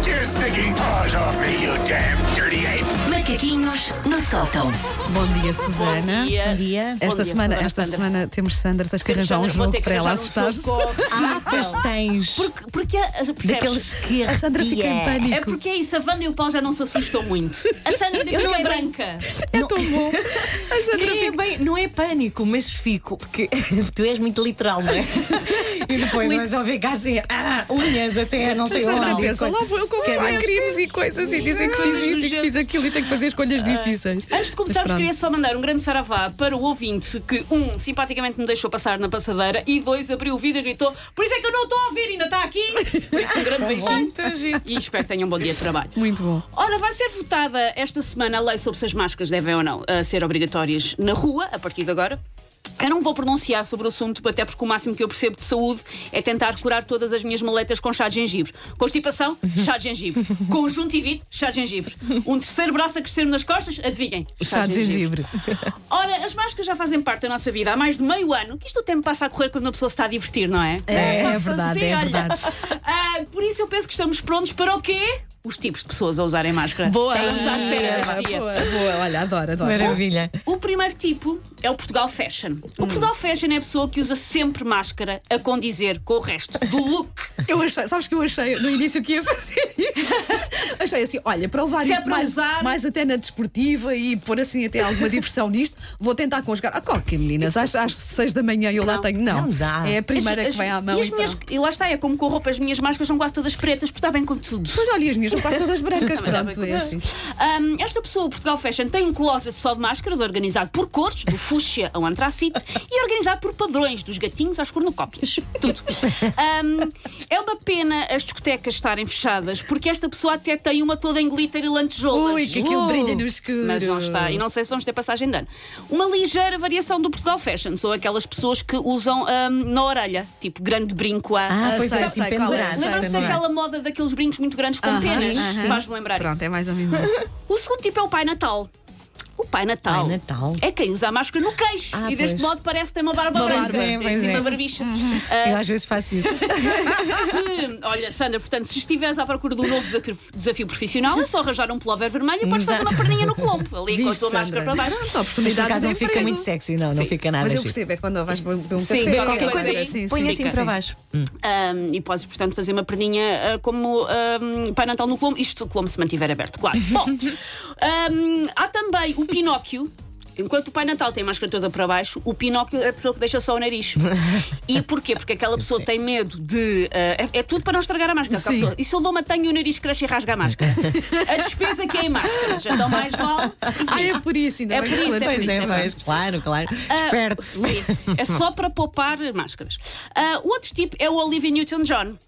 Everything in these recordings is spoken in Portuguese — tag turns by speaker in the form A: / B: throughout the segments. A: taking paws off me, you damn dirty ape!
B: Macaquinhos no sótão.
C: Bom dia, Susana.
D: Bom dia. Bom
C: Esta
D: dia,
C: semana,
D: Susana
C: esta
D: Sandra.
C: semana temos Sandra, tens que
D: Temos
C: arranjar um
D: Sandra, vou
C: jogo
D: ter que
C: para ela
D: arranjar um
C: assustar-se.
D: jogo
C: ah, pois tens.
D: Porque, porque percebes?
C: Daqueles que a Sandra fica em
B: arrepia.
C: pânico.
D: É porque é isso, a Wanda e o Paulo já não se assustam muito. A Sandra ainda
B: não
D: fica
B: é bem-
D: branca.
C: é tão bom. A Sandra
E: É,
C: fica.
E: bem, não é pânico, mas fico, porque tu és muito literal, não é? e depois mas só fica assim, ah, unhas até não
C: A
E: sei
C: Sandra
E: onde.
C: pensa, lá vou eu confessar crimes e coisas e dizer que fiz isto e que fiz aquilo e tenho que fazer escolhas difíceis.
D: Antes de
C: Mas
D: começarmos,
C: pronto.
D: queria só mandar um grande saravá para o ouvinte que, um, simpaticamente me deixou passar na passadeira e, dois, abriu o vidro e gritou: Por isso é que eu não estou a ouvir, ainda está aqui. Por isso,
C: Tá
D: um grande beijinho.
E: Muito giro.
D: E espero que tenham um bom dia de trabalho.
C: Muito bom.
D: Ora, vai ser votada esta semana a lei sobre se as máscaras devem ou não uh, ser obrigatórias na rua, a partir de agora. Eu não me vou pronunciar sobre o assunto, até porque o máximo que eu percebo de saúde é tentar curar todas as minhas maletas com chá de gengibre. Constipação, chá de gengibre. Conjuntivite, chá de gengibre. Um terceiro braço a crescer nas costas, adivinhem.
C: Chá de gengibre.
D: Ora, as máscaras já fazem parte da nossa vida há mais de meio ano, que isto o tempo passa a correr quando uma pessoa se está a divertir, não é?
C: É, é
D: Passa
C: verdade,
D: assim,
C: é
D: olha.
C: verdade.
D: Ah, por isso eu penso que estamos prontos para o quê? Os tipos de pessoas a usarem máscara.
C: Boa.
D: Estávamos à espera deste dia.
C: Boa, boa. Olha, adoro, adoro.
E: Maravilha.
D: O primeiro tipo é o Portugal Fashion. O Portugal Fashion é a pessoa que usa sempre máscara a condizer com o resto do look.
C: Eu achei, sabes que eu achei no início que ia fazer isso. Achei assim, olha, para levar
D: Se é
C: isto
D: para
C: mais,
D: usar.
C: mais até na desportiva e pôr assim até alguma diversão nisto, vou tentar conjugar. Ah, claro que meninas, às, às seis da manhã eu lá
D: Não.
C: tenho. Não,
E: Não dá.
C: é a primeira
D: As-
C: que vem à
D: as-
C: mão. então.
D: E, as
C: e
D: minhas-
C: pronto.
D: e lá está, é como com a roupa, as minhas máscaras são quase todas pretas, porque está bem com tudo.
C: Pois olha, e as minhas são quase todas brancas,
D: Também dá bem
C: pronto, é
D: com
C: assim.
D: isso. Ahm, esta pessoa, o Portugal Fashion, tem um closet só de máscaras, organizado por cores, do fúcsia ao antracite, e organizado por padrões, dos gatinhos às cornucópias. Tudo. Ahm, é uma pena as discotecas estarem fechadas, porque esta pessoa até tem uma toda em glitter e lantejoulas.
C: Ui, que aquilo
D: Uh!
C: brilha no escuro.
D: Mas não está, e não sei se vamos ter passagem de ano. Uma ligeira variação do Portugal Fashion, são aquelas pessoas que usam ahm, na orelha, tipo grande brinco à...
E: Ah,
C: Ah,
E: pois
C: sei,
E: é, assim
C: sei qual é,
E: pendurado.
C: sei.
D: Lembram-se
C: também.
D: daquela moda daqueles brincos muito grandes com penas?
C: aham.
D: Faz-me lembrar isso.
C: Pronto, é mais ou menos isso.
D: O segundo tipo é o Pai Natal. O Pai Natal,
E: Pai Natal.
D: é quem usa a máscara no queixo
E: Ah,
D: e deste
E: pois.
D: modo parece que tem uma barba
E: Uma
D: branca
E: barba,
D: tem
E: pois
D: assim
E: é.
D: uma barbicha.
E: Eu
D: Ah,
E: às vezes faço isso.
D: se- olha, Sandra, portanto, se estiveres à procura de um novo desafio, desafio profissional, é só arranjar um pullover vermelho e podes fazer
E: Exato.
D: uma perninha no colombo, ali com a
C: Viste,
D: tua máscara
C: Sandra?
D: para baixo.
C: é? Pronto,
E: Mas por
C: oportunidades
E: acaso
C: de
E: não fica
C: emprego.
E: muito sexy, não, não fica nada.
C: Mas eu
E: giro.
C: percebo, é quando vais beber um café.
D: Sim,
C: ou
D: qualquer
E: Qualquer coisa,
D: aí,
C: sim,
E: põe
C: sim,
E: assim
C: sim.
E: para baixo. Hum.
D: Um, e podes, portanto, fazer uma perninha uh, como um, Pai Natal no Colombo. Isto se o Colombo se mantiver aberto, claro. Bom, um, há também o Pinóquio. Enquanto o Pai Natal tem a máscara toda para baixo, o Pinóquio é a pessoa que deixa só o nariz. E porquê? Porque aquela pessoa tem medo de. uh, é, é tudo para não estragar a máscara. Aquela
C: Sim.
D: pessoa, E se eu dou uma tenho o nariz cresce e rasga a máscara? a despesa que é em máscaras. Então, mais vale.
C: Ah, é por isso, ainda
D: É
C: bem
D: por
C: que
D: isso, é por
C: esclareceste.
E: Pois é,
D: é
E: mas claro, claro.
D: Ah,
E: Esperto.
D: Sim, é só para poupar máscaras. Ah, o outro tipo é o Olivia Newton-John.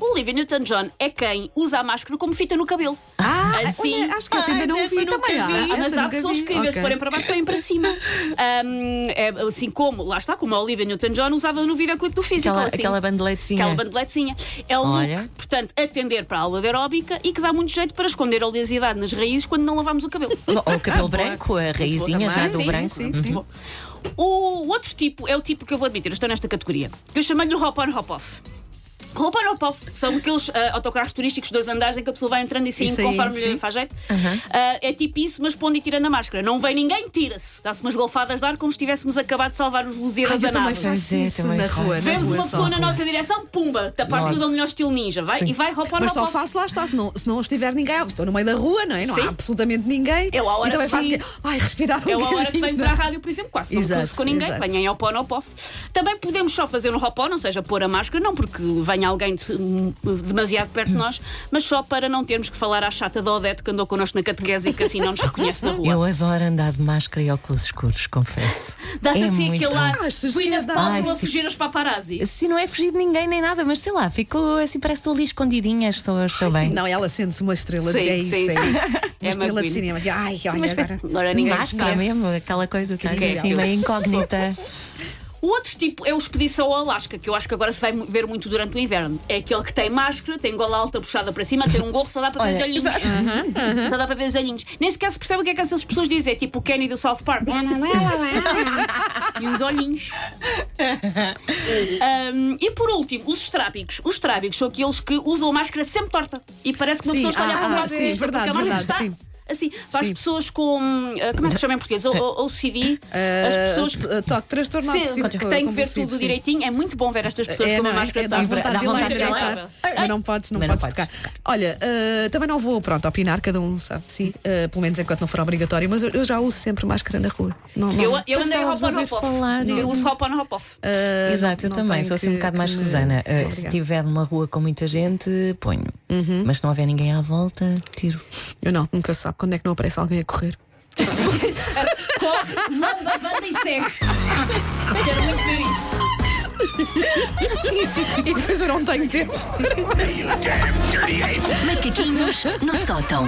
D: O Olivia Newton-John é quem usa a máscara como fita no cabelo.
C: Ah,
D: Assim.
C: olha, acho que essa ainda
E: Ah,
C: não
E: essa
C: vi
E: nunca
C: também.
E: vi.
C: há.
D: Ah, mas
C: Essa
D: há
C: nunca
D: pessoas
C: vi.
D: que, em vez de
C: Ok.
D: porem para baixo, põem para cima. Ahm, é assim como, lá está, como a Olivia Newton-John usava no videoclipe do Físico.
E: Aquela,
D: assim.
E: aquela bandeletezinha.
D: Aquela bandeletezinha. É um look,
E: Olha.
D: portanto, atender para a aula de aeróbica e que dá muito jeito para esconder a oleosidade nas raízes quando não lavamos o cabelo.
E: Ou o Oh, cabelo branco, a raizinha já
C: também.
E: do
C: Sim,
E: branco.
C: sim, sim.
D: Bom, O outro tipo é o tipo que eu vou admitir, eu estou nesta categoria, que eu chamei-lhe o hop-on, hop-off. Hop-on, hop-off são aqueles ah, autocarros turísticos de dois andares em que a pessoa vai entrando e saindo
C: Isso aí,
D: conforme
C: sim.
D: lhe faz jeito. Ah, é tipo isso, mas pondo e tirando a máscara. Não vem ninguém, tira-se. Dá-se umas golfadas de ar como se tivéssemos acabado de salvar os
C: Ai,
D: lusíadas da
C: eu também
D: nave.
C: faço
E: é,
C: isso
E: também
C: na
E: faço.
C: rua. na
D: Vemos
C: rua
D: uma
C: só.
D: pessoa na nossa direção, pumba, tapar
E: Logo.
D: tudo ao melhor estilo ninja, vai? E vai hop-on,
C: Mas só
D: hop-off.
C: faço lá está, se não, se não estiver ninguém. Eu Estou no meio da rua, não é? Não
D: Sim.
C: há absolutamente ninguém.
D: Eu à hora
C: e também faço
D: sim.
C: que. Ai, respirar um
D: É uma hora que venho
C: bocadinho.
D: para a rádio, por exemplo, quase não
C: Exato,
D: cruzo com ninguém,
C: exato.
D: venham ao pó ao pof. Também podemos só fazer um hop-on, ou seja, pôr a máscara, não porque venha alguém de- demasiado perto de nós, mas só para não termos que falar à chata da Odete que andou connosco na catequese e que assim não nos reconhece na rua.
E: Eu adoro andar de máscara e óculos escuros, confesso.
D: Dá-te
E: É
D: assim
E: muito
D: aquele
E: bom.
D: ar
C: Achas que
D: Queen
C: é
D: of
C: dar?
D: Paltrow
E: Ai,
D: a fugir aos paparazzi.
E: Assim, não é fugir de ninguém nem nada, mas sei lá, ficou assim, parece que estou ali escondidinha, estou, estou bem.
C: Não, ela sente-se uma estrela de
D: Sim,
C: é isso,
D: sim,
C: é
D: sim.
C: isso.
D: É
C: Uma estrela de
D: McQueen.
C: cinema. Ai, olha,
E: mas
C: agora.
D: Agora ninguém
E: Máscara
D: sabe.
E: mesmo, aquela coisa que
D: que é
E: assim,
D: aquilo?
E: meio incógnita.
D: O outro tipo é o Expedição ao Alasca, que eu acho que agora se vai mu- ver muito durante o inverno. É aquele que tem máscara, tem gola alta puxada para cima, tem um gorro, só dá para ver os olhinhos. Uhum.
C: Uhum.
D: Só dá para ver os olhinhos. Nem sequer se percebe o que é que essas pessoas dizem. É tipo o Kenny do South Park. e uns olhinhos. Um, e por último, os estrábicos. Os estrábicos são aqueles que usam a máscara sempre torta. E parece que uma
C: Sim,
D: pessoa está a olhar
C: ah,
D: para o
C: ah,
D: lado
C: sim,
D: desta,
C: verdade,
D: porque a máscara
C: verdade,
D: está
C: sim.
D: Assim, para as
C: Sim.
D: pessoas com. ah, Como é que se chama em português? O- o- OCD. As pessoas que
C: Uh, toque transtorno
D: Sim,
C: obsessivo
D: que tem que ver
C: compulsivo,
D: tudo
C: sim.
D: direitinho. É muito bom ver estas pessoas
C: É,
D: com
C: não,
D: uma
C: é,
D: máscara
C: é,
D: de
C: dá
D: sapo.
C: vontade de ir lá
E: vontade de ir lá.
C: tirar.
D: Ai,
C: Mas não podes, não
E: Mas não
C: podes tocar.
E: podes.
C: Olha, eh, também não vou, pronto, opinar, cada um sabe de si, eh, pelo menos enquanto não for obrigatório, mas eu, eu já uso sempre máscara na rua. Não, não.
D: Eu, eu andei
E: Passava a
D: hop-on
E: ouvir
D: hop-off.
E: falar.
D: Eu
C: um-
D: uso hop-on hop-off.
C: Eh,
E: Exato, eu
C: não
E: também.
C: tenho
E: Sou assim
C: que-
E: um bocado
C: que
E: mais
C: me-
E: Susana. Uh, se
C: Obrigada. Uhum.
E: estiver numa rua com muita gente, ponho. Mas se não houver ninguém à volta, tiro.
C: Eu não, nunca se sabe quando é que não aparece alguém a correr.
D: Corre, manda, manda e segue. Quero muito ver isso.
C: E depois eu não tenho tempo.
A: You damn dirty ape!
B: Macaquinhos no sótão.